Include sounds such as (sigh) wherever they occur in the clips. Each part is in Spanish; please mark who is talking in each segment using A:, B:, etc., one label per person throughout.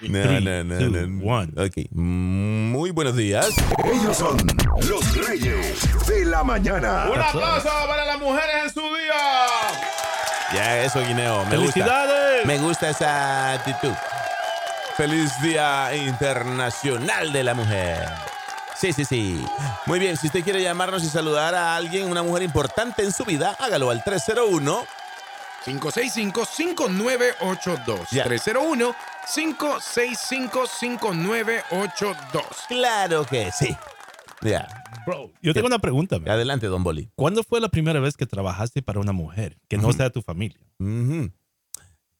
A: No,
B: Three,
A: no, no,
B: two,
A: no.
B: one.
A: Ok. Muy buenos días.
C: Ellos son los reyes de la mañana.
D: Un aplauso para las mujeres en su día.
A: Ya, eso, Guineo. Me gusta.
B: ¡Felicidades!
A: Me gusta esa actitud. Feliz Día Internacional de la Mujer. Sí, sí, sí. Muy bien, si usted quiere llamarnos y saludar a alguien, una mujer importante en su vida, hágalo al 301.
D: 565-5982.
A: Ya.
D: 301-565-5982.
A: Claro que sí. Ya,
B: Bro, yo tengo una pregunta. man.
A: adelante, don Boli.
B: ¿Cuándo fue la primera vez que trabajaste para una mujer que no
A: Ujú.
B: sea tu familia?
A: Ujú.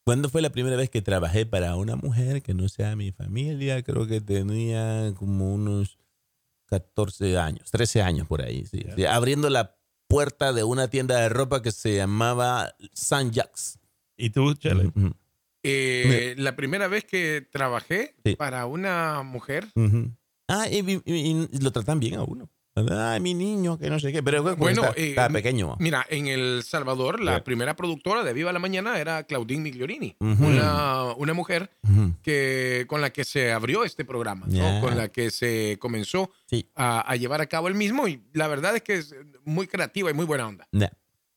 A: ¿Cuándo fue la primera vez que trabajé para una mujer que no sea mi familia? Creo que tenía como unos 14 años, 13 años por ahí. sí.
B: Ya.
A: Sí, Abriendo la puerta de una tienda de ropa que se llamaba San Jacques.
B: ¿Y tú, Chele?
A: Ujú,
D: Eh, la primera vez que trabajé
A: Sí.
D: para una mujer.
A: ujú. Ah, y, vi- y- y lo tratan bien a uno. Ah, mi niño, que no sé qué. Pero bueno,
D: Bueno,
A: está,
D: eh,
A: está pequeño.
D: Mira, en El Salvador, la
A: Ya.
D: primera productora de Viva la Mañana era Claudine Migliorini,
A: Ujú.
D: una, una mujer
A: Ujú.
D: que, con la que se abrió este programa, ¿no?
A: Ya.
D: con la que se comenzó
A: Sí.
D: a, a llevar a cabo el mismo. Y la verdad es que es muy creativa y muy buena onda.
A: Ya.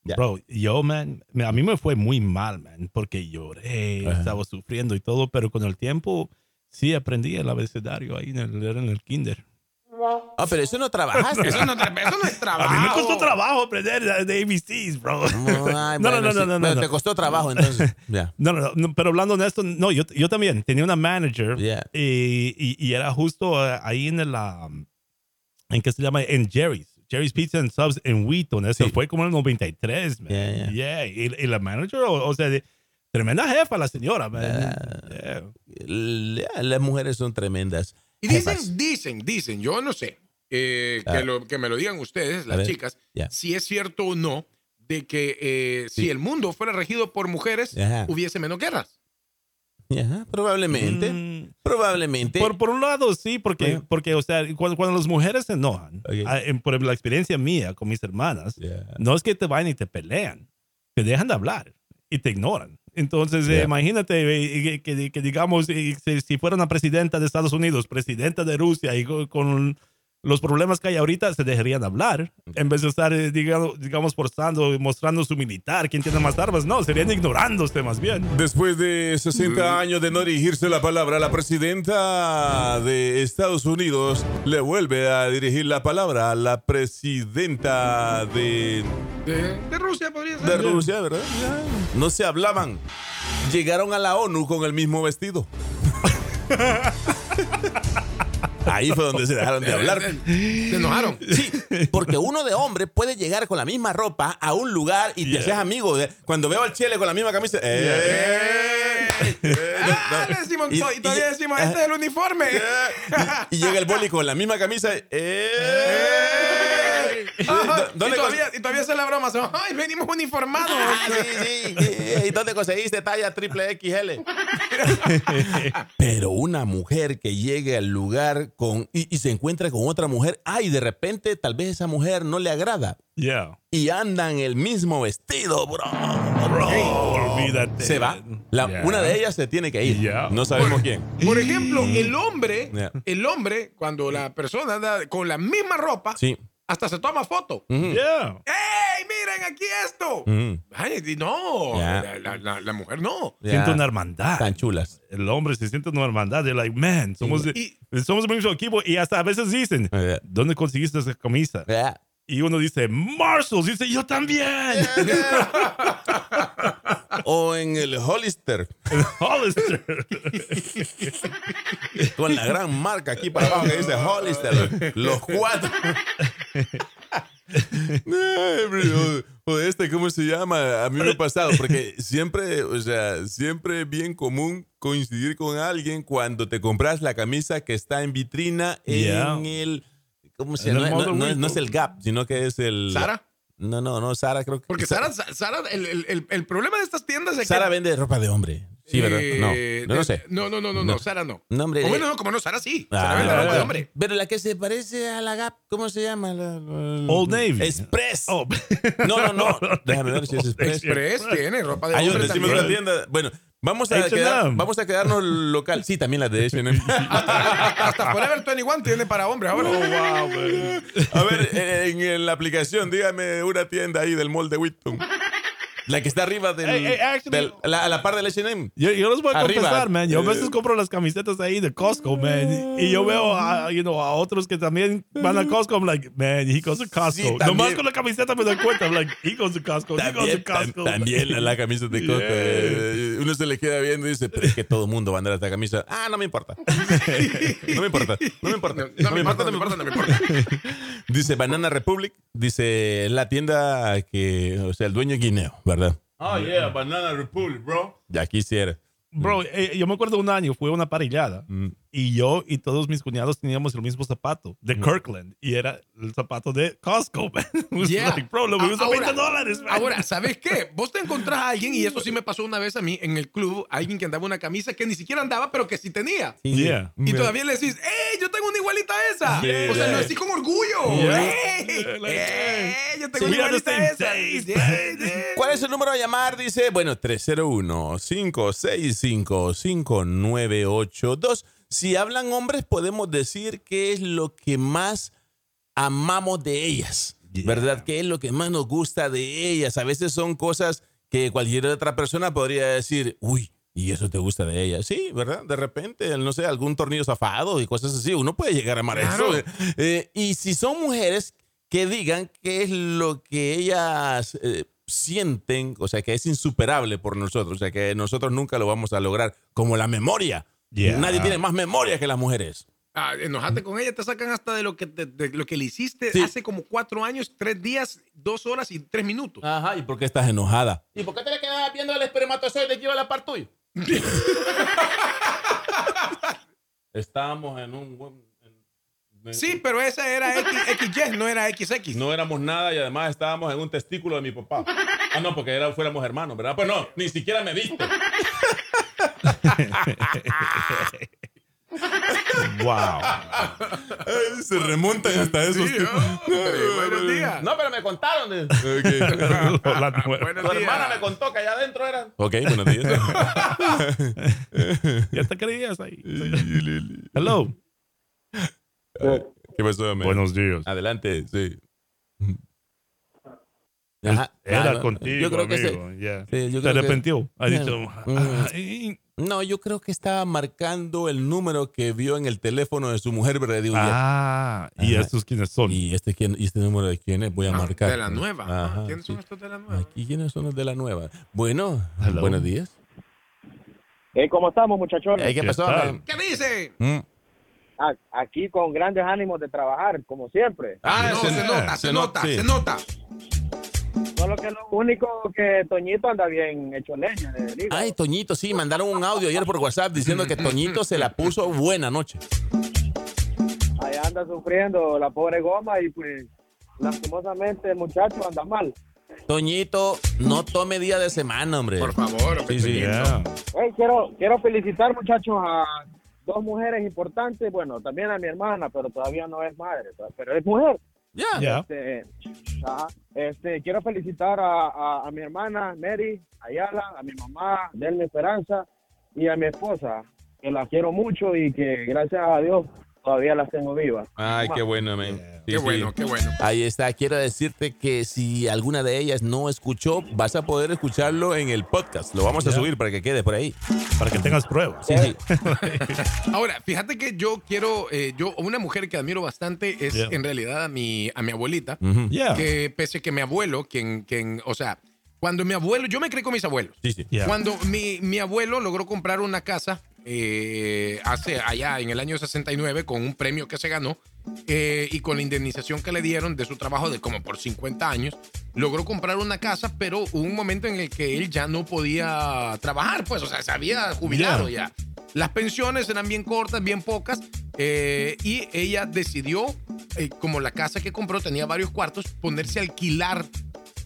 A: Ya.
B: Bro, yo, man, me- a mí me fue muy mal, man, porque lloré,
A: Ajá.
B: estaba sufriendo y todo, pero con el tiempo sí aprendí el abecedario ahí en el, era en el kinder.
A: Ah, pero eso no trabajaste.
D: Eso no, eso
A: (laughs)
D: no es trabajo.
B: A mí me costó trabajo aprender de- de ABCs, bro.
A: Ay,
B: No, no,
A: bueno,
B: no,
A: sí.
B: no, no,
A: Pero
B: no.
A: Te costó trabajo
B: (laughs)
A: entonces. Ya.
B: No, no, no, no, pero hablando de esto, no, yo, yo también tenía una manager
A: Ya.
B: y, y- y era justo eh, ahí en el, um, ¿en qué se llama? En Jerry's. Jerry's Pizza and Subs en Wheaton. Eso
A: Sí.
B: fue como en el 93, man.
A: Ya, ya.
B: Yeah, Y, y la manager, o, o sea, de- tremenda jefa la señora, man.
A: Ah.
B: Yeah.
A: La- ah, las mujeres son tremendas.
D: Y
A: Jefas.
D: dicen, dicen, dicen, yo no sé, eh,
A: Ah.
D: que, lo- que me lo digan ustedes,
A: A
D: las
A: ver,
D: chicas,
A: ya.
D: si es cierto o no de que eh,
A: Sí.
D: si el mundo fuera regido por mujeres,
A: Ajá.
D: hubiese menos guerras.
A: Ajá, probablemente.
B: Mm,
A: Probablemente.
B: Por, por un lado, sí, porque,
A: Ajá.
B: porque o sea, cuando, cuando las mujeres se enojan,
A: Ok.
B: ah, en- por la experiencia mía con mis hermanas,
A: Ya.
B: no es que te vayan y te pelean, te dejan de hablar y te ignoran. Entonces, eh,
A: Yeah.
B: imagínate eh, que, que- que digamos, eh, si, si fuera una presidenta de Estados Unidos, presidenta de Rusia, y co- con los problemas que hay ahorita, se dejarían hablar, en vez de estar, eh, digamos, digamos, forzando, y mostrando su militar, quién tiene más armas, no, serían ignorándose más bien.
A: Después de
B: Mm.
A: 60 años de no dirigirse la palabra, la presidenta de Estados Unidos le vuelve a dirigir la palabra a la presidenta de,
D: De, de Rusia podría ser.
A: de Rusia, ¿verdad? Ya. No se hablaban. Llegaron a la ONU con el mismo vestido.
B: (laughs)
A: Ahí fue donde se dejaron de hablar.
D: Eh,
B: (laughs)
D: Se enojaron.
A: Sí, porque uno de hombre puede llegar con la misma ropa a un lugar y te
B: Yeah.
A: haces amigo. de- Cuando veo al chile con la misma camisa. ¡eh! (laughs) ¡Eh!
D: Ah, le decimos,
A: Y-
D: y todavía
A: y-
D: decimos, este es el uniforme.
A: Y, y llega el boli con la misma camisa. ¡eh! (laughs)
D: ¡Ey!
A: ¿Dó-
D: Eh. y, todavía, y todavía hace la broma, se- ay, venimos uniformados.
A: Ah, sí, sí, sí. ¿Y dónde conseguiste talla triple XL? Pero una mujer que llegue al lugar con, y, y se encuentra con otra mujer, ay, de repente tal vez esa mujer no le agrada
B: Yeah.
A: y andan el mismo vestido, bro. bro.
B: Olvídate.
A: Oh, Se va. La-
B: Yeah.
A: Una de ellas se tiene que ir.
B: Yeah.
A: No sabemos quién.
D: Por ejemplo, el hombre,
A: Yeah.
D: el hombre, cuando la persona anda con la misma ropa,
A: Sí.
D: hasta se toma foto.
A: Ujú.
B: Yeah.
D: ¡Ey, miren aquí esto!
A: Ujú.
D: Ay, di- no,
A: Mm. Ya.
D: la, la- la- la mujer no.
A: Ya.
B: Siento una hermandad.
A: Tan
B: (laughs)
A: chulas.
B: el hombre se siente una hermandad. They're like, man, somos,
D: Y-
B: somos el mismo equipo. Y hasta a veces dicen,
A: Yeah.
B: ¿dónde conseguiste esa camisa?
A: Yeah.
B: Y uno dice, Marshalls. Dice, yo también. (laughs)
A: O en el Hollister,
B: Hollister.
A: (laughs) con la gran marca aquí para abajo que dice Hollister. Los cuatro. Ay, bro. O este, ¿cómo se llama? A mí me ha pasado, porque siempre, o sea, siempre es bien común coincidir con alguien cuando te compras la camisa que está en vitrina en
B: Yeah.
A: el... ¿Cómo se
B: En el
A: llama? No,
B: Model
A: no- no es-
B: Window.
A: no es el Gap, sino que es el...
D: ¿Sara?
A: No, no, no, Sara creo que...
D: Porque Sara, Sara el, el- el- el problema de estas tiendas es
A: Sara
D: que...
A: vende ropa de hombre. Sí, ¿verdad?
D: eh,
A: No, no, no sé.
D: No, no, no, no,
A: No.
D: no, Sara no.
A: No, hombre,
D: O
A: eh.
D: bueno, no, como no, Sara sí.
A: Ah,
D: Sara vende
B: ya,
D: ropa de
B: ya.
D: hombre.
A: Pero la que se parece a la Gap, ¿cómo se llama? La- la-
B: Old Navy.
A: Express.
B: Oh.
A: (laughs) No, no, no. Déjame ver si es Express.
D: Express tiene ropa de
A: Hay (laughs)
D: hombre
A: otra, decime otra
D: también.
A: tienda. Bueno, Vamos a,
B: H&M.
A: quedar- vamos a (laughs) quedarnos local. Sí, también las de (laughs) H&M.
D: Hasta Forever 21 tiene para hombres ahora.
B: Oh,
A: A ver, en, en la aplicación, dígame una tienda ahí del mall de Whitton. La que está arriba del,
B: Hey, hey, actually-
A: del- la- a la par del H&M.
B: Yo, yo les voy a
A: Arriba.
B: confesar, man. Yo a
A: Eh.
B: veces compro las camisetas ahí de Costco, man. Y yo veo a, you know, a otros que también van a Costco. I'm like, man, he goes to Costco.
A: también.
B: Nomás con la camiseta me doy cuenta. I'm like, he goes to Costco. he goes
A: También,
B: to Costco.
A: tam- también la, la camisa de Costco.
B: Yeah.
A: eh, Uno se le queda viendo y dice, pero es que todo el mundo va a andar a esta camisa. Ah, no me
D: (laughs)
A: importa. No me importa. No me importa.
D: No, no me importa, no me importa, no me importa.
A: (laughs) Dice Banana Republic, dice la tienda que, o sea, el dueño es guineo, ¿verdad?
E: Oh yeah, Banana Republic, bro.
A: Ya quisiera.
B: Bro, eh, yo me acuerdo un año, fue una parrillada.
A: Mm.
B: Y yo y todos mis cuñados teníamos el mismo zapato de Kirkland. Y era el zapato de Costco, (laughs) man. It was
D: Yeah.
B: like, bro, lo
D: A-
B: me gusta
D: ahora-
B: 20 dólares, man.
D: Ahora, ¿sabes qué? Vos te encontrás a alguien, y eso
A: (laughs)
D: sí me pasó una vez a mí en el club, alguien que andaba una camisa que ni siquiera andaba, pero que sí tenía.
B: Yeah.
D: Y todavía le decís, ¡eh! Yo tengo una igualita a esa.
A: Yeah.
D: o sea, lo decís con orgullo.
B: Yeah.
D: ¡Eh!
B: Like,
D: eh, Yo
B: so
D: tengo una
B: we are the
D: igualita a esa.
B: same taste,
D: Yeah, yeah.
A: ¿Cuál es el número a llamar? Dice, bueno, 301-565-5982. Si hablan hombres, podemos decir qué es lo que más amamos de ellas, ¿verdad? ¿Qué es lo que más nos gusta de ellas? A veces son cosas que cualquier otra persona podría decir, uy, y eso te gusta de ellas. Sí, ¿verdad? De repente, no sé, algún tornillo zafado y cosas así. Uno puede llegar a amar
D: Claro.
A: eso. Eh, y si son mujeres, que digan qué es lo que ellas eh, sienten, o sea, que es insuperable por nosotros, o sea, que nosotros nunca lo vamos a lograr, como la memoria.
B: Yeah.
A: Nadie tiene más memoria que las mujeres.
D: Ah, enojate con ella, te sacan hasta de lo que, de- de lo que le hiciste
A: Sí.
D: hace como cuatro años, tres días, dos horas y tres minutos.
A: Ajá, ¿y por qué estás enojada?
E: ¿Y por qué te le quedas viendo al espermatozoide que iba a la par
D: (laughs)
E: tuyo?
A: Estábamos en un... buen- en-
D: Sí, pero esa era X, XY, no era XX.
A: No éramos nada y además estábamos en un testículo de mi papá. Ah, no, porque era, fuéramos hermanos, ¿verdad? Pues no, ni siquiera me viste.
B: (laughs) Wow.
A: (laughs) Se remontan hasta esos
D: Sí, oh, buenos días.
E: No, pero me contaron.
A: eh.
E: de-
B: La nueva.
D: Buenos
E: Tu hermana me
D: días.
E: contó que allá adentro era.
A: Ok, buenos días.
B: Ya te creías ahí. Hello.
A: ¿Qué pasó, amigo?
B: días.
A: Adelante, sí.
B: Era
A: claro.
B: contigo,
A: Yo creo que se-
B: amigo, yeah.
A: sí,
B: Se
A: yo creo que-
B: arrepintió. Ha
A: Yeah.
B: dicho,
A: Mm.
B: "Ay,
A: No, yo creo que estaba marcando el número que vio en el teléfono de su mujer, ¿verdad? Digo, ya.
B: ah, ¿y
A: Ajá.
B: estos quiénes son?
A: ¿Y este, quién, y este número de quién es? Voy a
D: Ah,
A: marcar.
D: De la nueva. Ah,
A: Ajá,
D: ¿Quiénes
A: sí.
D: son estos de la nueva?
A: Aquí, ¿quiénes son los de la nueva? Bueno,
B: Hello.
A: buenos días.
F: Eh, ¿Cómo estamos, muchachos?
A: Eh, ¿Qué
B: ¿Qué
A: pasó?
B: tal?
A: man?
D: ¿Qué dice?
A: Mm.
F: A- Aquí con grandes ánimos de trabajar, como siempre.
A: Ah,
D: no,
A: se-
D: se, nota, se,
A: se no-
D: nota,
A: sí.
D: se nota.
F: Solo que lo único que Toñito anda bien hecho leña. de liga.
A: Ay, Toñito, sí, mandaron un audio ayer por WhatsApp diciendo que Toñito se la puso buena noche.
F: Allá anda sufriendo la pobre goma y pues lastimosamente el muchacho anda mal.
A: Toñito, no tome día de semana, hombre.
D: Por favor,
A: Sí,
D: hombre,
A: sí.
D: Toñito.
B: Yeah.
F: Hey, quiero, quiero felicitar muchachos a dos mujeres importantes, bueno, también a mi hermana, pero todavía no es madre, pero es mujer.
A: Ya.
B: Yeah.
F: Este, ajá. Este, quiero felicitar a, a- a mi hermana Mary Ayala, a mi mamá Delme Esperanza y a mi esposa, que la quiero mucho y que gracias a Dios todavía las tengo vivas.
A: Ay, qué bueno, man. Sí,
D: Qué
A: sí.
D: bueno, qué bueno.
A: Ahí está, quiero decirte que si alguna de ellas no escuchó, vas a poder escucharlo en el podcast. Lo vamos a
B: Ya.
A: subir para que quede por ahí.
B: Para que tengas pruebas.
A: Sí, sí.
D: Ahora, fíjate que yo quiero, eh, yo, una mujer que admiro bastante es
B: Yeah.
D: en realidad a mi, a mi abuelita,
A: Ujú.
B: Yeah.
D: que pese que mi abuelo, quien, quien, o sea, cuando mi abuelo, yo me creí con mis abuelos.
A: Sí, sí.
B: Yeah.
D: Cuando mi, mi abuelo logró comprar una casa eh, hace allá en el año 69 con un premio que se ganó eh, y con la indemnización que le dieron de su trabajo de como por 50 años, logró comprar una casa, pero hubo un momento en el que él ya no podía trabajar, pues, o sea, se había jubilado ya. Las pensiones eran bien cortas, bien pocas, eh, y ella decidió, eh, como la casa que compró tenía varios cuartos, ponerse a alquilar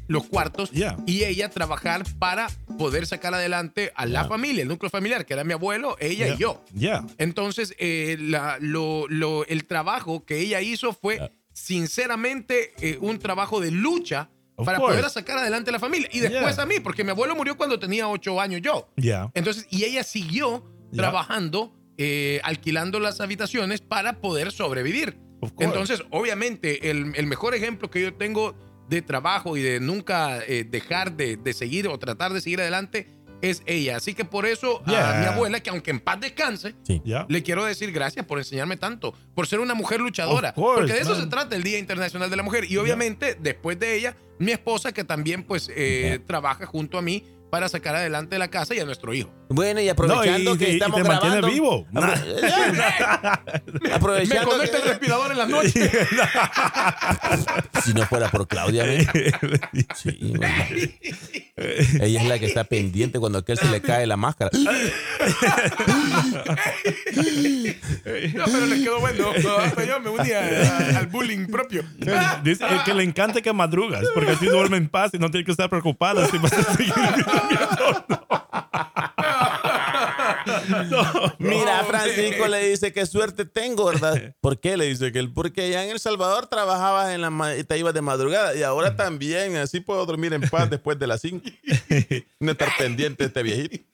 D: los cuartos
B: Yeah.
D: y ella trabajar para poder sacar adelante a la familia, el núcleo familiar, que era mi abuelo, ella
B: Yeah.
D: y yo.
B: Yeah.
D: Entonces, eh, la- lo- lo- el trabajo que ella hizo fue, sinceramente, eh, un trabajo de lucha
B: Of
D: para
B: course.
D: poder sacar adelante a la familia. Y después
B: Yeah.
D: a mí, porque mi abuelo murió cuando tenía ocho años yo.
B: Yeah.
D: Entonces, y ella siguió
B: Ya.
D: trabajando, eh, alquilando las habitaciones para poder sobrevivir.
B: Of course.
D: Entonces, obviamente, el, el mejor ejemplo que yo tengo de trabajo y de nunca eh, dejar de, de seguir o tratar de seguir adelante es ella. Así que por eso a
B: Yeah.
D: mi abuela, que aunque en paz descanse,
B: Yeah.
D: le quiero decir gracias por enseñarme tanto, por ser una mujer luchadora.
B: Of course,
D: porque de eso
B: man.
D: se trata el Día Internacional de la Mujer. Y obviamente, después de ella, mi esposa, que también pues eh, trabaja junto a mí para sacar adelante la casa y a nuestro hijo.
A: Bueno, y aprovechando
B: No, y-
A: que
B: y- y
A: estamos
B: te mantiene
A: grabando.
B: vivo.
A: Apro-
B: Pues
D: Me (laughs)
A: aprovechando.
D: conecta el
A: que-
D: respirador en las noches.
A: si no fuera por Claudia, ¿ves? Sí, bueno. Ella es la que está pendiente cuando a aquel se le cae la máscara.
D: No, pero les quedó bueno. No, hasta yo me uní a- a- al bullying propio.
B: (laughs) (laughs) Dice eh, que le encanta que madrugas, porque así duerme en paz y no tiene que estar preocupada si vas a seguir viviendo.
D: (laughs)
A: Mira, Francisco le dice qué suerte tengo, ¿verdad? ¿Por qué? Le dice que él, porque allá en El Salvador trabajabas en la ma- y te ibas de madrugada y ahora también, así puedo dormir en paz después de las 5. No estar pendiente de este viejito.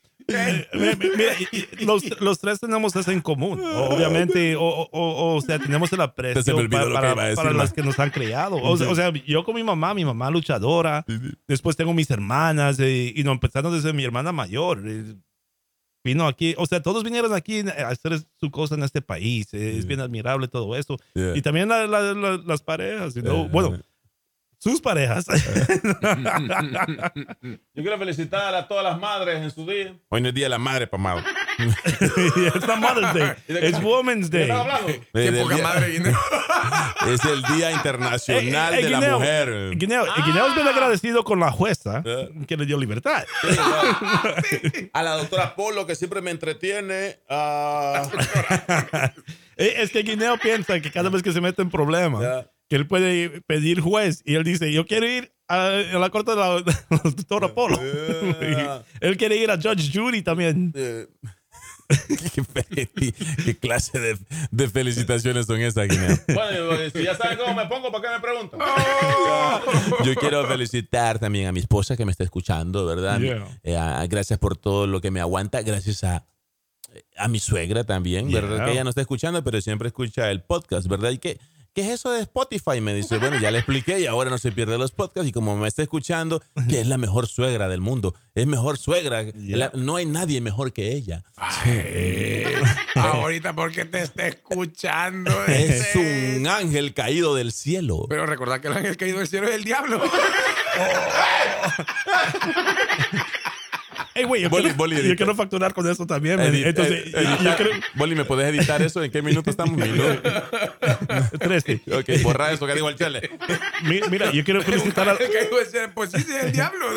B: Mira, mira, y- y (laughs) los, los tres tenemos eso en común. O- Obviamente, o, o- o- o sea, tenemos el aprecio
A: Se me olvidó
B: pa-
A: lo que
B: para,
A: iba a decir,
B: para
A: ma.
B: las que nos han criado. O, sea- o sea, yo con mi mamá, mi mamá luchadora, después tengo mis hermanas, eh, y no empezando desde mi hermana mayor. eh, Vino aquí, o sea, todos vinieron aquí a hacer su cosa en este país. eh, Es bien admirable todo esto.
A: Yeah.
B: Y también la- la- la- las parejas, you know.
A: Eh.
B: bueno, sus parejas. (laughs)
E: Yo quiero felicitar a todas las madres en su día.
A: Hoy no es día de la madre, pamado.
B: It's not Mother's
A: (laughs)
B: Day, it's Women's
E: ¿Qué
B: Day.
E: estás hablando?
D: Qué
A: Del
D: poca
A: Eh, día-
D: madre, Guineo.
A: Es el Día Internacional
B: Eh, eh,
A: de la
B: Guineo,
A: Mujer.
B: Guineo, eh, Guineo es bien agradecido con la jueza que le dio libertad.
A: A la doctora Polo, que siempre me entretiene.
B: Eh, Es que Guineo piensa que cada vez que se mete en problemas,
A: Ya.
B: que él puede pedir juez y él dice, yo quiero ir a, a la corte de la, (laughs) de la doctora Polo. (laughs)
A: Ya.
B: él quiere ir a Judge Judy también.
A: Eh, (laughs) qué, fe- qué clase de, de felicitaciones son estas, Guinea?
E: Bueno, eh, si ya saben cómo me pongo, ¿para qué me preguntan?
A: Yo quiero felicitar también a mi esposa que me está escuchando, ¿verdad?
B: Yeah.
A: Eh, a- gracias por todo lo que me aguanta. Gracias a, eh, a mi suegra también, ¿verdad?
B: Yeah.
A: Que ella no está escuchando, pero siempre escucha el podcast, ¿verdad? ¿Y qué, qué es eso de Spotify? Me dice, bueno, ya le expliqué y ahora no se pierde los podcasts. Y como me está escuchando, que es la mejor suegra del mundo. Es mejor suegra. La- no hay nadie mejor
B: (laughs)
A: que ella.
D: (laughs) Ahorita porque te está escuchando.
A: Es
D: ese.
A: un ángel caído del cielo.
D: Pero recordad que el ángel caído del cielo es
B: (laughs)
D: el diablo.
B: Hey, güey, yo,
A: Boli-
B: quiero,
A: boli,
B: yo
A: edita.
B: quiero facturar con eso también. man.
A: Edi-
B: Entonces,
A: ed-
B: yo- yo
A: editar.
B: creo-
A: Boli, ¿me podés editar eso? ¿En qué minuto
B: (laughs)
A: estamos? Minuto.
B: 13.
A: (laughs) Ok, borra eso que digo al chale.
B: Mi- Mira, yo quiero felicitar
A: (laughs)
B: a,
D: El (laughs) caído del cielo, pues sí, sí, es el diablo.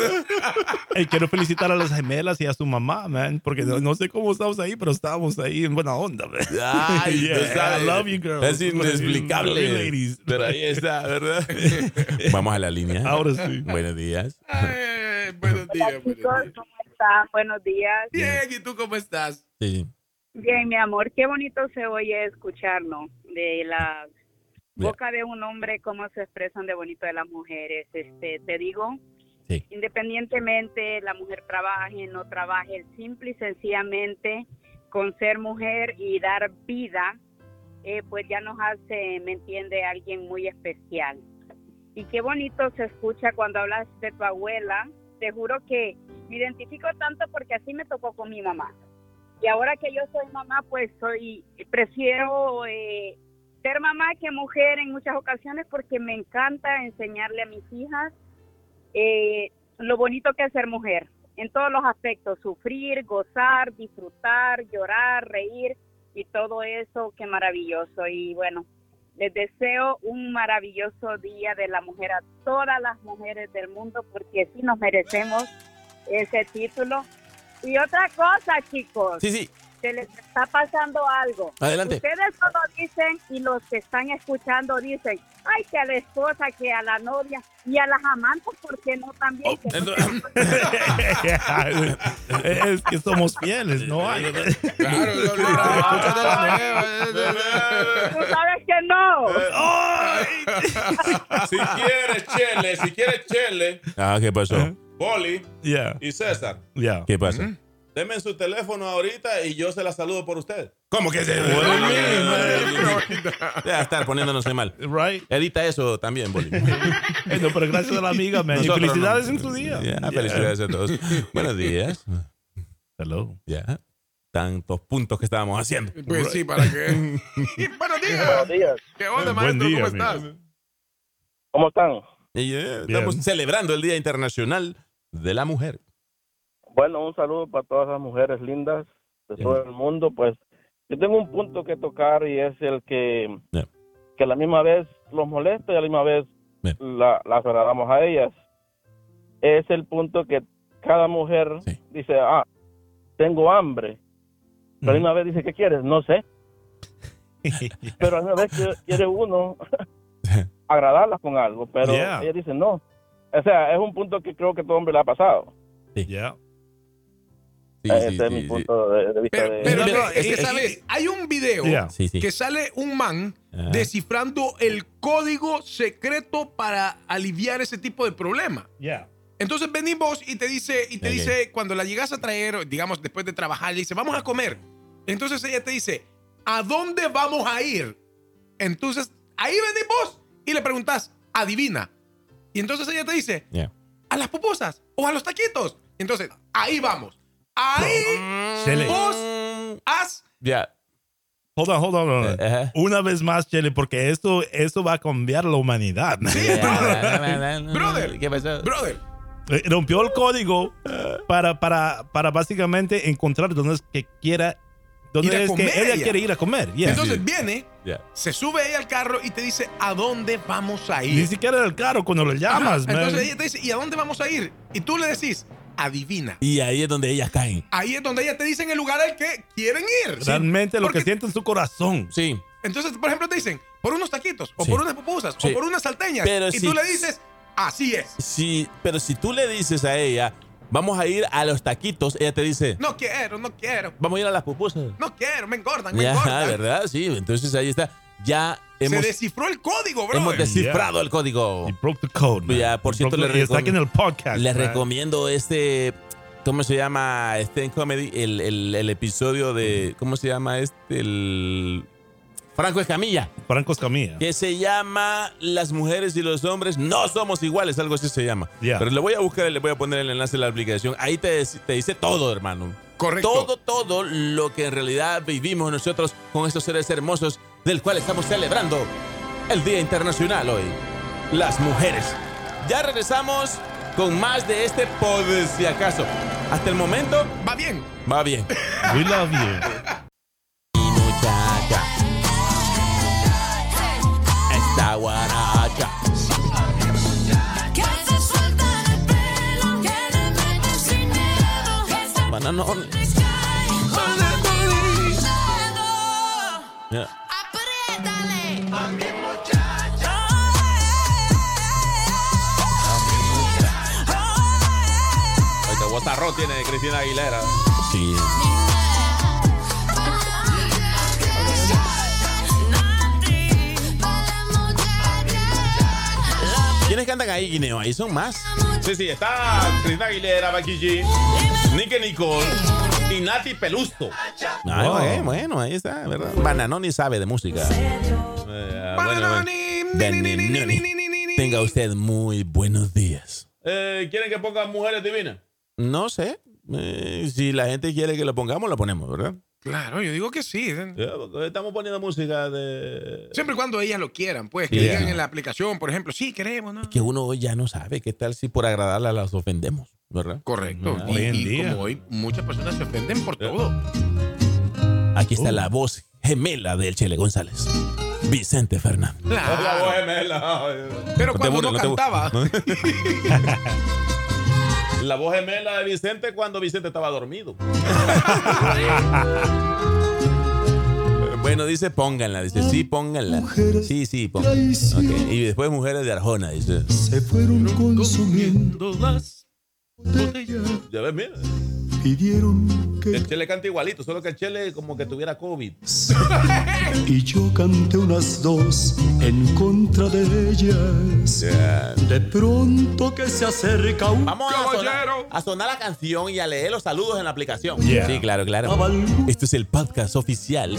B: (laughs) Eh, quiero felicitar a las gemelas y a su mamá, man, porque no, no sé cómo estamos ahí, pero estábamos ahí en buena onda, man.
A: Ay,
B: Yeah,
A: tú sabes.
B: I love you, girls.
A: Es
B: Love you,
A: inexplicable.
B: ladies.
A: Pero ahí
B: (laughs)
A: está, ¿verdad? Vamos a la línea.
B: Ahora sí.
A: Buenos días.
D: Ay, buenos días, buenos
G: Chicos,
D: días.
G: ¿cómo están? Buenos días.
D: Bien, ¿y tú cómo estás?
A: Sí.
G: Bien, mi amor, qué bonito se oye escucharlo de la boca de un hombre, cómo se expresan de bonito de las mujeres. Este, te digo,
A: Sí.
G: independientemente la mujer trabaje, no trabaje, simple y sencillamente con ser mujer y dar vida, eh, pues ya nos hace, me entiende, alguien muy especial. Y qué bonito se escucha cuando hablas de tu abuela. Te juro que me identifico tanto porque así me tocó con mi mamá. Y ahora que yo soy mamá, pues soy, prefiero eh, ser mamá que mujer en muchas ocasiones porque me encanta enseñarle a mis hijas eh, lo bonito que es ser mujer en todos los aspectos, sufrir, gozar, disfrutar, llorar, reír y todo eso, qué maravilloso. Y bueno, les deseo un maravilloso día de la mujer a todas las mujeres del mundo porque sí nos merecemos ese título. Y otra cosa, chicos.
A: Sí, sí.
G: se les está pasando algo.
A: Adelante.
G: Ustedes solo dicen y los que están escuchando dicen, ay, que a la esposa, que a la novia y a las amantes, ¿por qué no también? Que no
A: Entonces-
B: (laughs) es que somos fieles, no hay.
D: (laughs) Claro, lo- lo- lo- escúchate la-
G: Tú sabes que no.
E: Si quieres Chele, si quieres Chele,
A: Ah, ¿qué pasó?
E: Boli
B: Ya,
E: y César,
B: ya.
A: ¿Qué pasa?
E: denme su teléfono ahorita y yo se la saludo por usted.
A: ¿Cómo
D: Pues
A: que se Ya estar poniéndonos de mal.
B: Right.
A: Edita eso también, Boli.
B: Eh, no, pero gracias a la amiga, man. Y
A: Nosotros
B: felicidades
A: no.
B: en tu día.
A: Ya, felicidades a todos. Buenos días.
D: (laughs)
B: Hello.
A: Ya. Tantos puntos que estábamos haciendo.
D: Pues sí, para
A: (laughs)
D: que. Y (laughs) Buenos días.
F: Buenos días.
D: ¿Qué onda,
B: Buen
D: maestro?
B: día,
D: ¿Cómo
B: amigo.
D: estás?
F: ¿Cómo están?
A: Y,
B: Bien.
A: eh, estamos celebrando el Día Internacional de la Mujer.
F: Bueno, un saludo para todas las mujeres lindas de
A: Bien.
F: todo el mundo. Pues yo tengo un punto que tocar y es el que,
A: Bien.
F: que a la misma vez los molesta y a la misma vez
A: Bien.
F: la, las agradamos a ellas. Es el punto que cada mujer
A: Sí.
F: dice, ah, tengo hambre. Pero a la misma vez dice, ¿qué quieres? No sé. Pero a la misma vez que quiere uno (laughs) agradarlas con algo. Pero
B: Yeah.
F: ella dice, no. O sea, es un punto que creo que todo hombre le ha pasado.
B: Ya.
A: Sí,
F: Ese
A: sí,
F: es
A: sí,
F: mi
A: sí.
F: punto de, de vista.
D: Pero,
F: de-
D: pero
A: Mira,
D: no, es
B: eh,
D: que,
B: eh,
D: ¿sabes? Hay un video
B: Yeah.
A: Sí, sí.
D: que sale un man
A: Ajá.
D: descifrando el código secreto para aliviar ese tipo de problema.
B: Ya.
D: Entonces venimos y te dice, y te
A: Ok.
D: dice, cuando la llegas a traer, digamos, después de trabajar, le dice, vamos a comer. Entonces ella te dice, ¿a dónde vamos a ir? Entonces, ahí venimos y le preguntas, adivina. Y entonces ella te dice,
A: Ya.
D: ¿a las pupusas o a los taquitos? Entonces, ahí vamos. (laughs) Ahí
B: Chele.
D: vos has...
A: Ya.
B: Hold on, hold on, hold
D: Eh,
B: on. (laughs)
A: Ajá.
B: Una vez más, Chele, porque esto, esto va a cambiar la humanidad.
D: Brother.
A: ¿Qué pasó?
D: Brother,
B: Eh, (laughs) Rompió el código para, para, para básicamente encontrar dónde es que quiera, dónde
D: Ir a
B: es que
D: comer
B: ella
D: ella.
B: quiere ir a comer. Yeah.
D: entonces viene,
A: Ya.
D: se sube ella al carro y te dice, ¿a dónde vamos a ir?
B: Ni siquiera era el carro cuando lo
D: Ajá.
B: llamas, man.
D: Entonces ella te dice, ¿y a dónde vamos a ir? Y tú le decís, adivina.
A: Y ahí es donde ellas caen.
D: Ahí es donde ella te dicen el lugar al que quieren ir.
B: Realmente lo
D: Porque-
B: que siente en su corazón.
A: Sí.
D: Entonces, por ejemplo, te dicen, por unos taquitos, o
A: Sí.
D: por unas pupusas,
A: Sí.
D: o por unas salteñas.
A: Pero
D: y
A: si-
D: tú le dices, así es.
A: Sí, pero si tú le dices a ella, vamos a ir a los taquitos, ella te dice,
D: No quiero, no quiero,
A: vamos a ir a las pupusas.
D: no quiero, me engordan, me
A: Ya,
D: engordan.
A: ¿verdad? Sí, entonces ahí está. Ya hemos,
D: Se eh. descifró el código, bro.
A: hemos descifrado el código.
B: He broke the code. man.
A: Ya, por
B: He
A: cierto,
B: broke
A: le
B: the- y está
A: recom-
B: aquí en el podcast.
A: Les
B: man.
A: recomiendo este, ¿cómo se llama? Este en comedy, el, el- el episodio de, ¿cómo se llama este? El Franco Escamilla,
B: Franco Escamilla.
A: que se llama Las mujeres y los hombres no somos iguales, algo así se llama.
B: Ya.
A: Pero le voy a buscar y le voy a poner el enlace a la aplicación. Ahí te, te dice todo, hermano.
D: Correcto.
A: Todo, todo lo que en realidad vivimos nosotros con estos seres hermosos del cual estamos celebrando el Día Internacional hoy. Las mujeres. Ya regresamos con más de este pod, si acaso. Hasta el momento
D: Va bien.
A: va bien.
B: We love you.
A: Muchacha. Esta guaracha.
H: Que se suelta el pelo, que le mete sin miedo, que se
A: Bananón.
H: cae todo.
A: Ya.
H: Apriétale a mi muchacha. Oh,
A: Oiga, bozarrón tiene Cristina Aguilera. Sí. ¿Quiénes cantan ahí, Guineo? Ahí son más.
E: Sí, sí, está Cristina Aguilera, Becky G, Nicky Nicole y Nati Pelusto.
A: Ay,
B: Wow.
A: bueno, Ah, eh, bueno, ahí está, ¿verdad? Bananoni sabe de música. Ah,
E: Eh, bueno, bueno.
D: Bananoni, ni, ni, ni, ni, ni, ni, ni, ni,
A: Bananoni.
D: ni.
A: Tenga usted muy buenos días.
E: Eh, ¿Quieren que ponga mujeres divinas?
A: No sé. eh, si la gente quiere que lo pongamos, lo ponemos, ¿verdad?
D: Claro, yo digo que sí.
E: Ya, Eh, porque Estamos poniendo música de.
D: Siempre y cuando ellas lo quieran, pues, que
A: Yeah.
D: digan en la aplicación, por ejemplo, sí, queremos, ¿no?
A: Que uno ya no sabe qué tal si por agradarla las ofendemos, ¿verdad?
D: Correcto.
A: Ah,
D: Y-
B: hoy en
D: y
B: día.
D: como hoy, muchas personas se ofenden
A: Eh.
D: por todo.
A: Aquí está
B: Uh.
A: la voz gemela del Chele González, Vicente Fernández.
E: Es la
D: Ah.
E: voz
D: Claro.
E: gemela.
D: Pero
A: No te (laughs)
D: cuando
A: burles,
D: no
A: no te bu-
D: cantaba,
A: no. La voz gemela de Vicente cuando Vicente estaba dormido. (laughs) Bueno, dice pónganla, dice sí, pónganla. Sí, sí, pónganla. Ok, Y después mujeres de Arjona, dice.
I: Se fueron consumiendo,
B: las botellas.
A: Ya ves, mira.
I: pidieron que
A: El Chele canta igualito, solo que el Chele como que tuviera COVID.
I: y yo canté unas dos en contra de ellas. De pronto que se acerca un
A: Vamos a sonar,
D: Caballero.
A: a sonar la canción y a leer los saludos en la aplicación.
B: Yeah.
A: Sí, claro, claro.
I: cabal,
A: Esto es el podcast oficial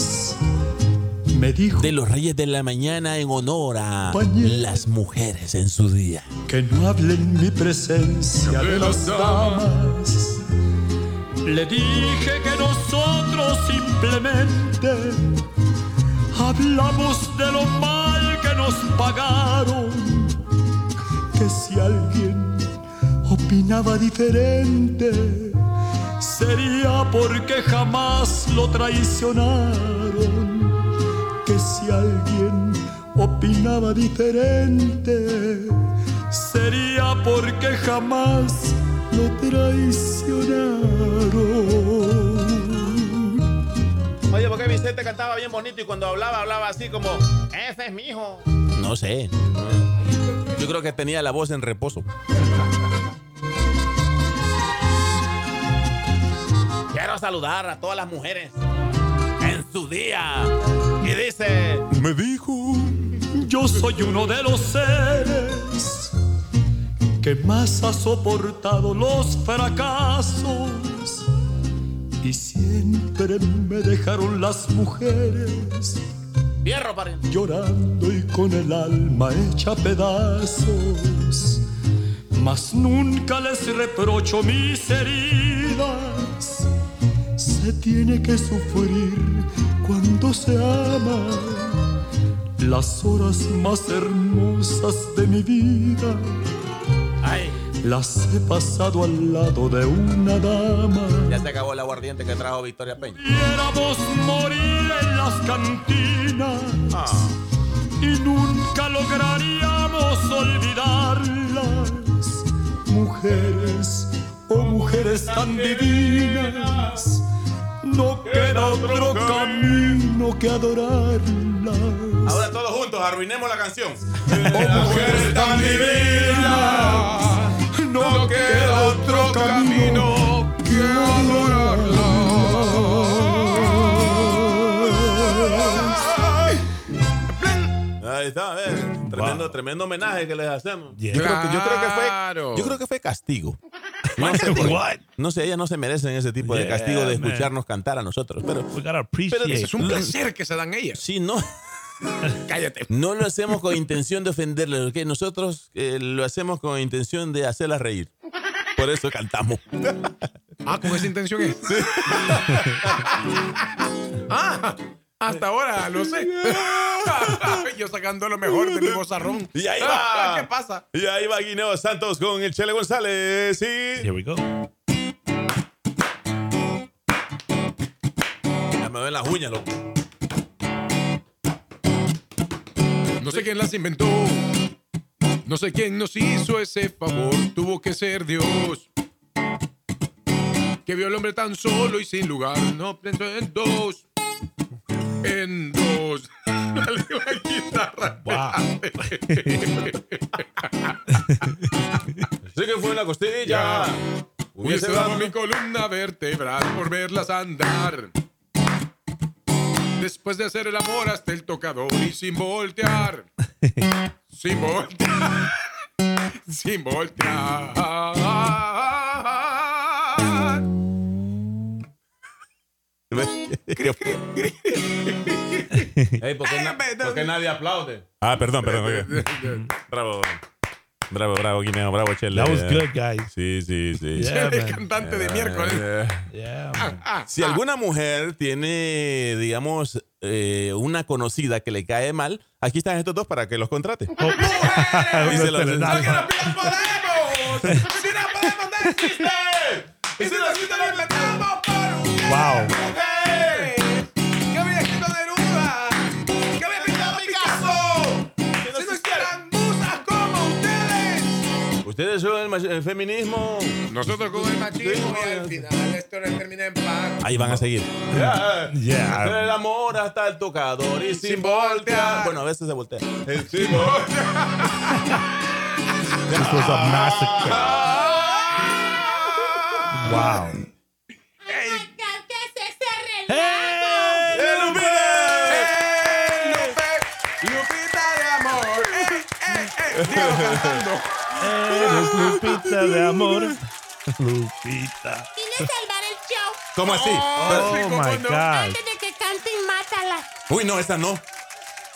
I: me dijo
A: de los Reyes de la Mañana en honor a
I: Pañe-
A: las mujeres en su día.
I: que no hable en mi presencia de las damas. Le dije que nosotros simplemente hablamos de lo mal que nos pagaron. Que si alguien opinaba diferente, sería porque jamás lo traicionaron que si alguien opinaba diferente sería porque jamás lo traicionaron.
E: Oye, porque Vicente cantaba bien bonito y cuando hablaba, hablaba así como, ese es mi hijo.
A: No sé. Yo creo que tenía la voz en reposo. Quiero saludar a todas las mujeres en su día. Y dice,
I: Me dijo, yo soy uno de los seres que más ha soportado los fracasos y siempre me dejaron las mujeres.
A: fierro, pariente.
I: llorando y con el alma hecha pedazos. Mas nunca les reprocho mis heridas. Se tiene que sufrir cuando se ama. Las horas más hermosas de mi vida
A: Ay,
I: las he pasado al lado de una dama.
A: ya se acabó el aguardiente que trajo Victoria Peña.
I: Quisiéramos morir en las cantinas y nunca lograríamos olvidarlas. Mujeres, oh mujeres tan divinas, no queda otro camino que adorarlas.
E: Ahora todos juntos arruinemos la canción.
I: Oh, mujeres tan divinas, no queda otro camino que adorarlas.
A: Ahí está, a ver. Tremendo, tremendo homenaje que les hacemos.
B: Yeah.
A: Yo, creo que, yo creo que
D: Claro.
A: fue, yo creo que fue castigo. No sé, por qué.
B: What?
A: no sé, ellas no se merecen ese tipo de
B: Yeah,
A: castigo de
B: man.
A: escucharnos cantar a nosotros. Pero
B: We gotta appreciate
A: Pero
D: Es un
B: that.
D: placer que se dan ellas.
A: si no,
D: Cállate.
A: no lo hacemos con intención de ofenderles, ¿ok? Nosotros eh, lo hacemos con intención de hacerlas reír. Por eso cantamos.
D: Ah, con esa intención es. (laughs) ah, hasta ahora lo sé. (laughs) Yo sacando lo mejor de mi bozarrón.
A: Y ahí va.
D: (laughs) Ah, ¿Qué pasa?
A: Y ahí va Guineo Santos con el Chele González. Y...
B: Here we go.
A: Ya me ven las uñas, loco.
D: No sé quién las inventó. No sé quién nos hizo ese favor. Tuvo que ser Dios. Que vio al hombre tan solo y sin lugar. No pensó en dos. En dos. Dale la guitarra.
B: Wow.
A: Sí que fue una costilla.
D: Hubiese dado mi
A: mi-
D: columna vertebral por verlas andar. Después de hacer el amor hasta el tocador y sin voltear. sin voltear. (laughs) sin voltear.
A: Ey, ¿por, qué na-
D: Ay, me-
A: por qué nadie aplaude?
E: Ah, perdón, perdón. oiga. Bravo. Bravo, bravo, Guineo. Bravo, Chele.
B: That was good, guys.
E: Sí, sí, sí.
B: Yeah,
D: el
B: man.
D: cantante de miércoles.
B: Yeah, man.
D: Ah,
A: Si alguna mujer tiene, digamos, eh, una conocida que le cae mal, aquí están estos dos para que los contrate.
B: Oh, Unos
A: se lo-
B: telenales, man.
D: y si nos quita la metamos por
B: Wow.
D: mujeres. Que había escrito Neruda. Que había pintado Picasso. Si no existieran musas como ustedes.
A: Usted Ustedes son el, mach- el feminismo.
D: Nosotros con el machismo y al final esto no termina en paz.
A: Ahí van a seguir.
E: Ya.
B: Ya.
A: El amor hasta el tocador y sin
D: Sin
A: voltear.
D: voltear.
A: Bueno, a veces se voltea.
E: El chivo.
B: This was a massacre.
D: Ah.
B: Wow. Hey!
D: ¡Eh, Lupe! Lupita de amor. ¡Eh, eh, eh!
A: (laughs)
D: Sigo cantando.
B: Eres Lupita de amor. Lupita.
H: salvar el show
A: ¿Cómo así?
B: Oh
D: Sí, cómo
B: my
D: no.
B: God.
H: antes de que canten Mátala.
A: Uy, no, esa no.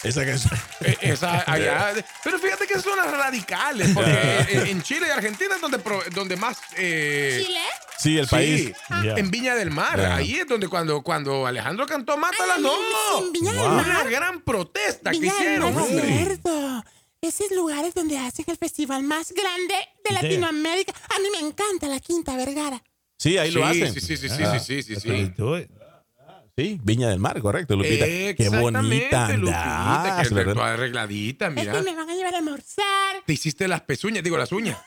A: Esa canción. (laughs)
D: Eh, esa allá- Pero fíjate que son las radicales, porque en- en Chile y Argentina es donde, pro- donde más... eh,
H: Chile,
A: Sí, el
D: sí,
A: país.
B: Yeah.
D: En Viña del Mar,
A: Yeah.
D: ahí es donde cuando, cuando Alejandro cantó Mátala, no.
H: en Viña del
D: Una
H: Mar.
D: gran protesta que
H: Viña del
D: hicieron.
H: Mar, es
D: hombre.
H: cierto. Esos lugares donde hacen el festival más grande de
B: Yeah.
H: Latinoamérica. A mí me encanta la Quinta Vergara.
A: Sí, ahí lo
D: Sí,
A: hacen. Ah,
D: Sí, sí, sí, sí, sí, sí, sí, sí.
B: They do it.
A: Sí, Viña del Mar, correcto, Lupita. Qué
D: Exactamente,
A: bonita
D: Lupita,
A: andás,
D: que
A: ¿verdad?
D: toda arregladita,
H: Es
D: mira.
H: que me van a llevar a almorzar.
D: Te hiciste las pezuñas, digo, las uñas.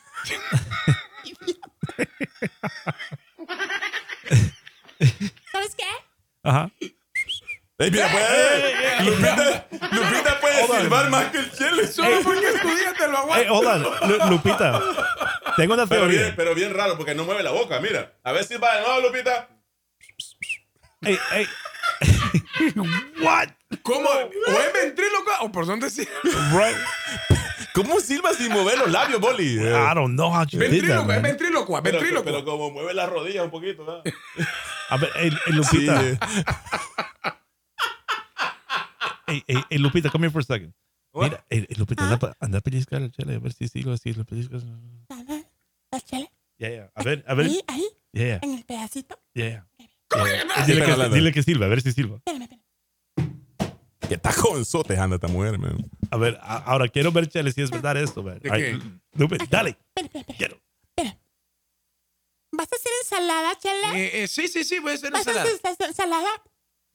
H: ¿Sabes qué?
B: Ajá.
A: Ey, mira, puede- Lupita, Lupita puede silbar más que el chile.
D: (laughs) Solo porque estudiaste lo
B: Hey,
D: aguanto.
B: hold on. Lu- Lupita. Tengo una
E: Pero bien,
B: teoría.
E: pero bien raro porque no mueve la boca, mira. A ver si va de nuevo, Lupita.
B: Hey, hey. (laughs) What?
D: Eh, ¿Cómo? ¿O es ventríloco o por dónde sí?
B: Right?
A: ¿Cómo silba sin mover los labios, Boli? Ah,
B: I don't know how you did that,
D: Ventríloco, es
B: man.
D: ventríloco,
E: Pero, pero,
D: ventríloco.
E: como mueve las rodillas un poquito, ¿verdad?
B: A ver, hey, hey,
A: Sí,
B: Lupita.
A: eh.
B: Hey, hey, hey, Lupita, come here for a second. Mira, hey, hey, Lupita, anda, pa- anda a pellizcar al chile, a ver si sí lo así, lo pellizcas.
H: Ajá. La Chile.
B: Ya, ya. A ver, a ver.
H: Ahí, ahí,
B: Ya, ya.
H: en el pedacito.
B: ya, ya.
A: Sí,
B: Dile
A: pero
B: que,
A: hablando.
B: dile que silba, a ver si silba.
H: Espérame, espérame.
A: Que está con sotes anda esta mujer, man.
B: A ver, a- ahora quiero ver, Chele, si es verdad esto, man.
D: ¿De
B: Ay,
D: qué?
B: Lupita, dale.
H: Espera, espera, espera.
B: Quiero.
H: espera. ¿Vas a hacer ensalada, Chele?
D: Eh, eh, sí, sí, sí, voy a hacer
H: ¿Vas a
D: ensalada.
H: hacer esta- esta ensalada?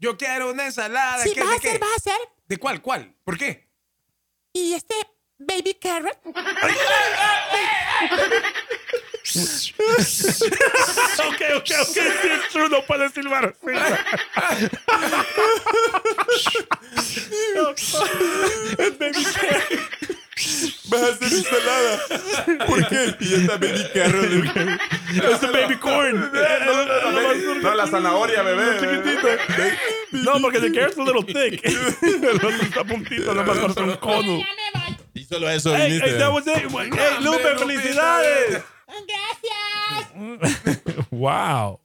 D: Yo quiero una ensalada.
H: Sí,
D: ¿qué,
H: vas a
D: de, qué?
H: hacer, vas a hacer.
D: ¿De cuál, cuál? ¿Por qué?
H: Y este baby carrot.
B: Ok, ok, ok. Sí, es true, no puedes silbar.
A: Vas a hacer ensalada. ¿Por qué? Y esta baby carro.
B: Es un baby corn.
E: No, la zanahoria, bebé.
B: No, porque the carrot's a little thick. El otro está puntito, nada más parece un cono.
H: Ya me voy.
A: Y solo eso
B: Hey,
A: viniste.
B: hey, that was it. Hey, Lupe,
D: Lupita.
B: felicidades.
H: Gracias.
B: Wow. (laughs)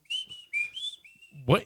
B: What?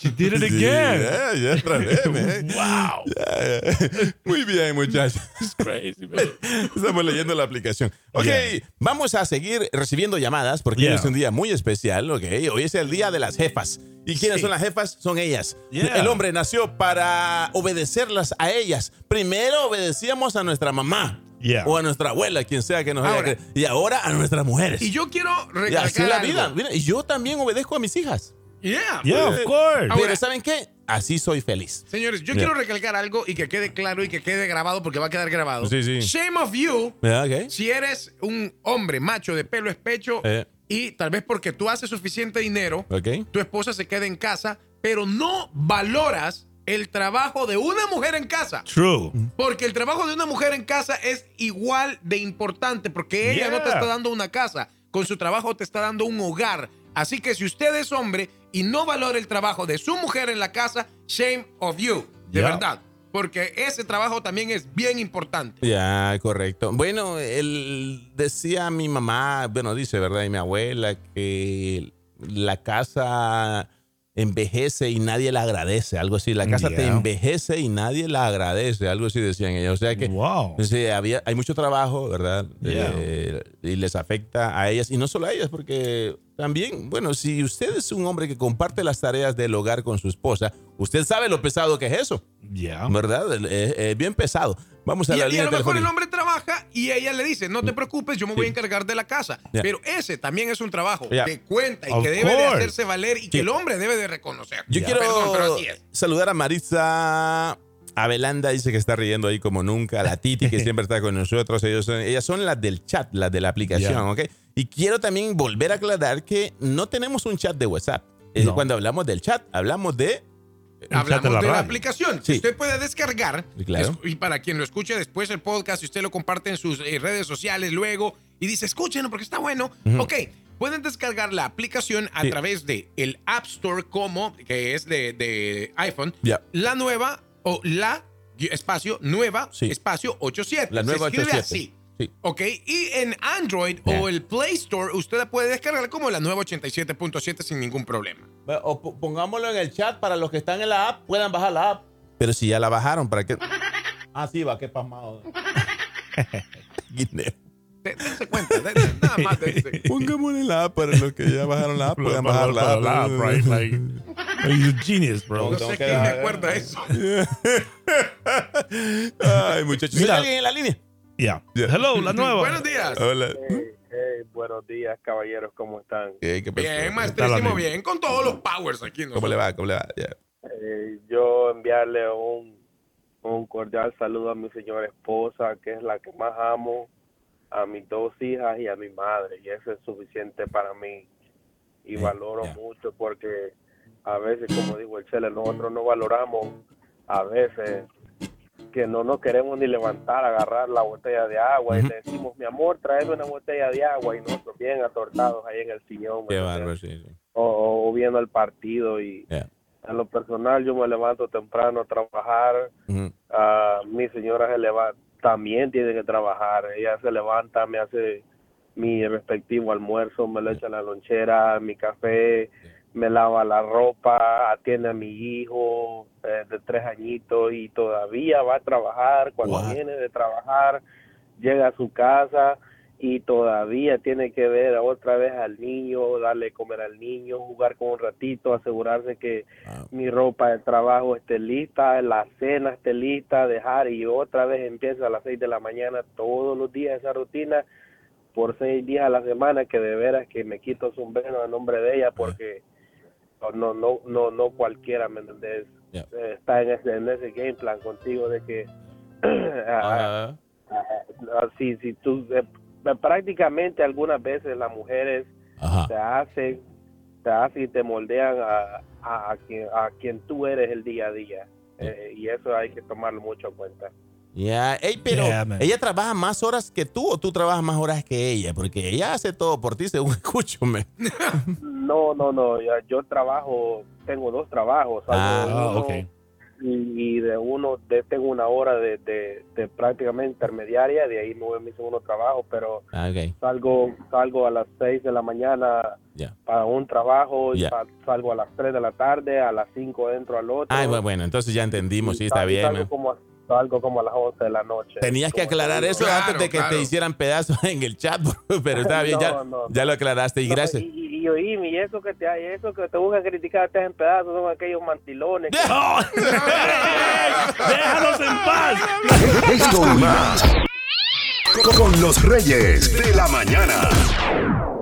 B: She did it
A: Sí,
B: again.
A: ya, ya,
B: (laughs)
A: otra vez, man.
B: Wow.
A: Ya, ya. Muy bien, muchachos.
B: It's crazy, man.
A: (laughs) Estamos leyendo la aplicación. Ok,
B: Yeah.
A: vamos a seguir recibiendo llamadas porque
B: Yeah.
A: hoy es un día muy especial, ok. Hoy es el día de las jefas. ¿Y quiénes
B: Sí.
A: son las jefas? Son ellas.
B: Yeah.
A: El hombre nació para obedecerlas a ellas. Primero obedecíamos a nuestra mamá
B: Yeah.
A: o a nuestra abuela, quien sea que nos haya
D: Ahora.
A: cre- Y ahora a nuestras mujeres.
D: Y yo quiero
A: Y
D: recalcar
A: así es la vida.
D: algo.
A: Mira, y yo también obedezco a mis hijas.
D: Yeah.
B: Yeah, of course.
D: Ahora-
A: Pero ¿saben qué? Así soy feliz.
D: Señores, yo
A: Yeah.
D: quiero recalcar algo y que quede claro y que quede grabado porque va a quedar grabado.
A: Sí, sí.
D: Shame of you
A: ¿Verdad? ¿Ok?
D: si eres un hombre macho de pelo es pecho
A: Eh.
D: y tal vez porque tú haces suficiente dinero,
A: ¿Ok?
D: tu esposa se queda en casa, pero no valoras el trabajo de una mujer en casa.
B: True.
D: Porque el trabajo de una mujer en casa es igual de importante, porque ella no te
B: Yeah.
D: está dando una casa, con su trabajo te está dando un hogar. Así que si usted es hombre y no valora el trabajo de su mujer en la casa, shame of you, de
B: Yeah.
D: verdad. Porque ese trabajo también es bien importante.
A: Ya, correcto. Bueno, él decía mi mamá, bueno, dice, ¿verdad? Y mi abuela, que la casa envejece y nadie la agradece, algo así. La casa te
B: Ya.
A: envejece y nadie la agradece, algo así decían ellos. O sea que
B: Wow.
A: sí, había, hay mucho trabajo, ¿verdad?
B: Ya.
A: Eh, y les afecta a ellas, y no solo a ellas, porque también, bueno, si usted es un hombre que comparte las tareas del hogar con su esposa, usted sabe lo pesado que es eso.
B: Yeah.
A: ¿Verdad? Es bien pesado. Vamos a
D: Ah. Y,
A: la
D: y a
A: línea
D: lo mejor el
A: telefónica.
D: hombre trabaja y ella le dice, no te preocupes, yo me voy a encargar de la casa.
A: Yeah.
D: Pero ese también es un trabajo
A: Yeah.
D: que cuenta y
B: Of
D: que debe de
B: course.
D: hacerse valer y que el hombre debe de reconocer.
A: Yo quiero
D: Perdón, pero así es.
A: saludar a Maritza Abelanda dice que está riendo ahí como nunca. La
E: (laughs)
A: Titi, que siempre está con nosotros. Ellos son- ellas son las del chat, las de la aplicación,
B: Ya.
A: ¿ok? Y quiero también volver a aclarar que no tenemos un chat de WhatsApp. Es
B: No.
A: Cuando hablamos del chat, hablamos de...
B: El chat
D: Hablamos de la,
B: radio.
D: aplicación.
A: Sí.
D: Usted puede descargar.
A: Sí, claro.
D: es- Y para quien lo escuche después el podcast, si usted lo comparte en sus eh, redes sociales luego y dice, escúchenlo porque está bueno.
A: Ujú.
D: Ok, pueden descargar la aplicación a
A: Sí.
D: través de el App Store como, que es de, de iPhone,
A: Ya.
D: la nueva o la gui- espacio nueva
A: Sí.
D: espacio 87.
A: La nueva
D: Se escribe
A: 87.
D: así.
A: Sí.
D: Ok, y en Android
A: Ya.
D: o el Play Store usted la puede descargar como la nueva 87.7 sin ningún problema.
E: O po- pongámoslo en el chat para los que están en la app, puedan bajar la app.
A: Pero si ya la bajaron, ¿para qué?
E: Ah, sí, va, qué
A: (laughs)
E: pasmado.
A: Guineo.
D: De- Dense cuenta, de- de- nada más. dense-
A: Pongámosle la app para (laughs) los que ya bajaron la app, puedan bajar la app.
B: Laugh, right? Like, (laughs) you're a genius, bro.
D: No
E: Tengo
D: sé
E: que
D: quién me
E: dar-
D: acuerda eso.
A: Ay, muchachos.
B: Mira.
A: ¿Hay alguien en la línea?
B: Yeah.
A: Yeah.
B: Hello, la nueva.
D: Buenos días.
A: Hola.
F: Hey, hey, buenos días, caballeros, ¿cómo están?
A: Eh, ¿qué pasó?
D: Bien,
B: Está la misma.
D: maestrísimo, bien. Con todos los powers aquí. ¿no?
A: ¿Cómo le va? ¿Cómo le va? Ya.
F: Eh, yo enviarle un, un cordial saludo a mi señora esposa, que es la que más amo, a mis dos hijas y a mi madre, y eso es suficiente para mí. Y
A: Eh,
F: valoro
A: ya.
F: mucho porque a veces, como digo el Chele, nosotros no valoramos a veces que no nos queremos ni levantar, agarrar la botella de agua y
A: Ujú.
F: le decimos, mi amor, tráeme una botella de agua y nosotros bien atortados ahí en el sillón.
A: Qué
F: ¿me
A: bárbaro,
F: entiendes?
A: sí, sí.
F: o, o viendo el partido y
A: Ya.
F: en lo personal yo me levanto temprano a trabajar
A: Ujú.
F: ah, mi señora se levanta también tiene que trabajar ella se levanta me hace mi respectivo almuerzo me lo echa en la lonchera mi café me lava la ropa atiende a mi hijo eh, de tres añitos y todavía va a trabajar cuando
A: Wow.
F: viene de trabajar llega a su casa y todavía tiene que ver otra vez al niño, darle comer al niño, jugar con un ratito, asegurarse que
A: Wow.
F: mi ropa de trabajo esté lista, la cena esté lista, dejar y otra vez empieza a las seis de la mañana todos los días esa rutina por seis días a la semana que de veras que me quito el sombrero a nombre de ella porque no no no no cualquiera me entendés
A: Ya.
F: Eh, está en ese, en ese game plan contigo de que (clears throat)
E: Ajá.
F: Ah, sí, sí, tú, eh, prácticamente algunas veces las mujeres
A: Ajá.
F: te hacen, te hacen y te moldean a, a, a quien, a quien tú eres el día a día. Eh, y eso hay que tomarlo mucho en cuenta.
A: Ya, Ey, pero
B: Yeah, man.
A: ella trabaja más horas que tú o tú trabajas más horas que ella, porque ella hace todo por ti, según (laughs) escúchame.
F: No, no, no, ya- yo trabajo, tengo dos trabajos.
A: Ah,
F: hago
B: Ah,
F: uno
B: (laughs) ok.
F: y, y de uno de, tengo una hora de, de, de prácticamente intermediaria, de ahí me voy a mi segundo trabajo, pero
A: Ah, ok.
F: salgo salgo a las 6 de la mañana
A: Ya.
F: para un trabajo, y
A: Ya.
F: sa- salgo a las 3 de la tarde, a las 5 entro al otro.
A: Ay, bueno, bueno, entonces ya entendimos, sí,
F: Y
A: está
F: sal- y
A: bien.
F: salgo
A: man.
F: Como, a- salgo como a las 11 de la noche.
A: Tenías que
F: Como
A: aclarar
F: digo.
A: eso
D: Claro,
A: antes de que
D: claro.
A: te hicieran pedazos en el chat, (laughs) pero
F: (laughs)
A: está bien, ya,
F: No, no,
A: ya lo aclaraste y
F: No,
A: gracias.
F: Y, y, y oíme, y eso que te hay, eso que te buscan criticar, estás en pedazos, son aquellos mantilones. que-
B: Oh, (laughs) déjanos en paz.
C: Esto y más. Con los Reyes de la Mañana.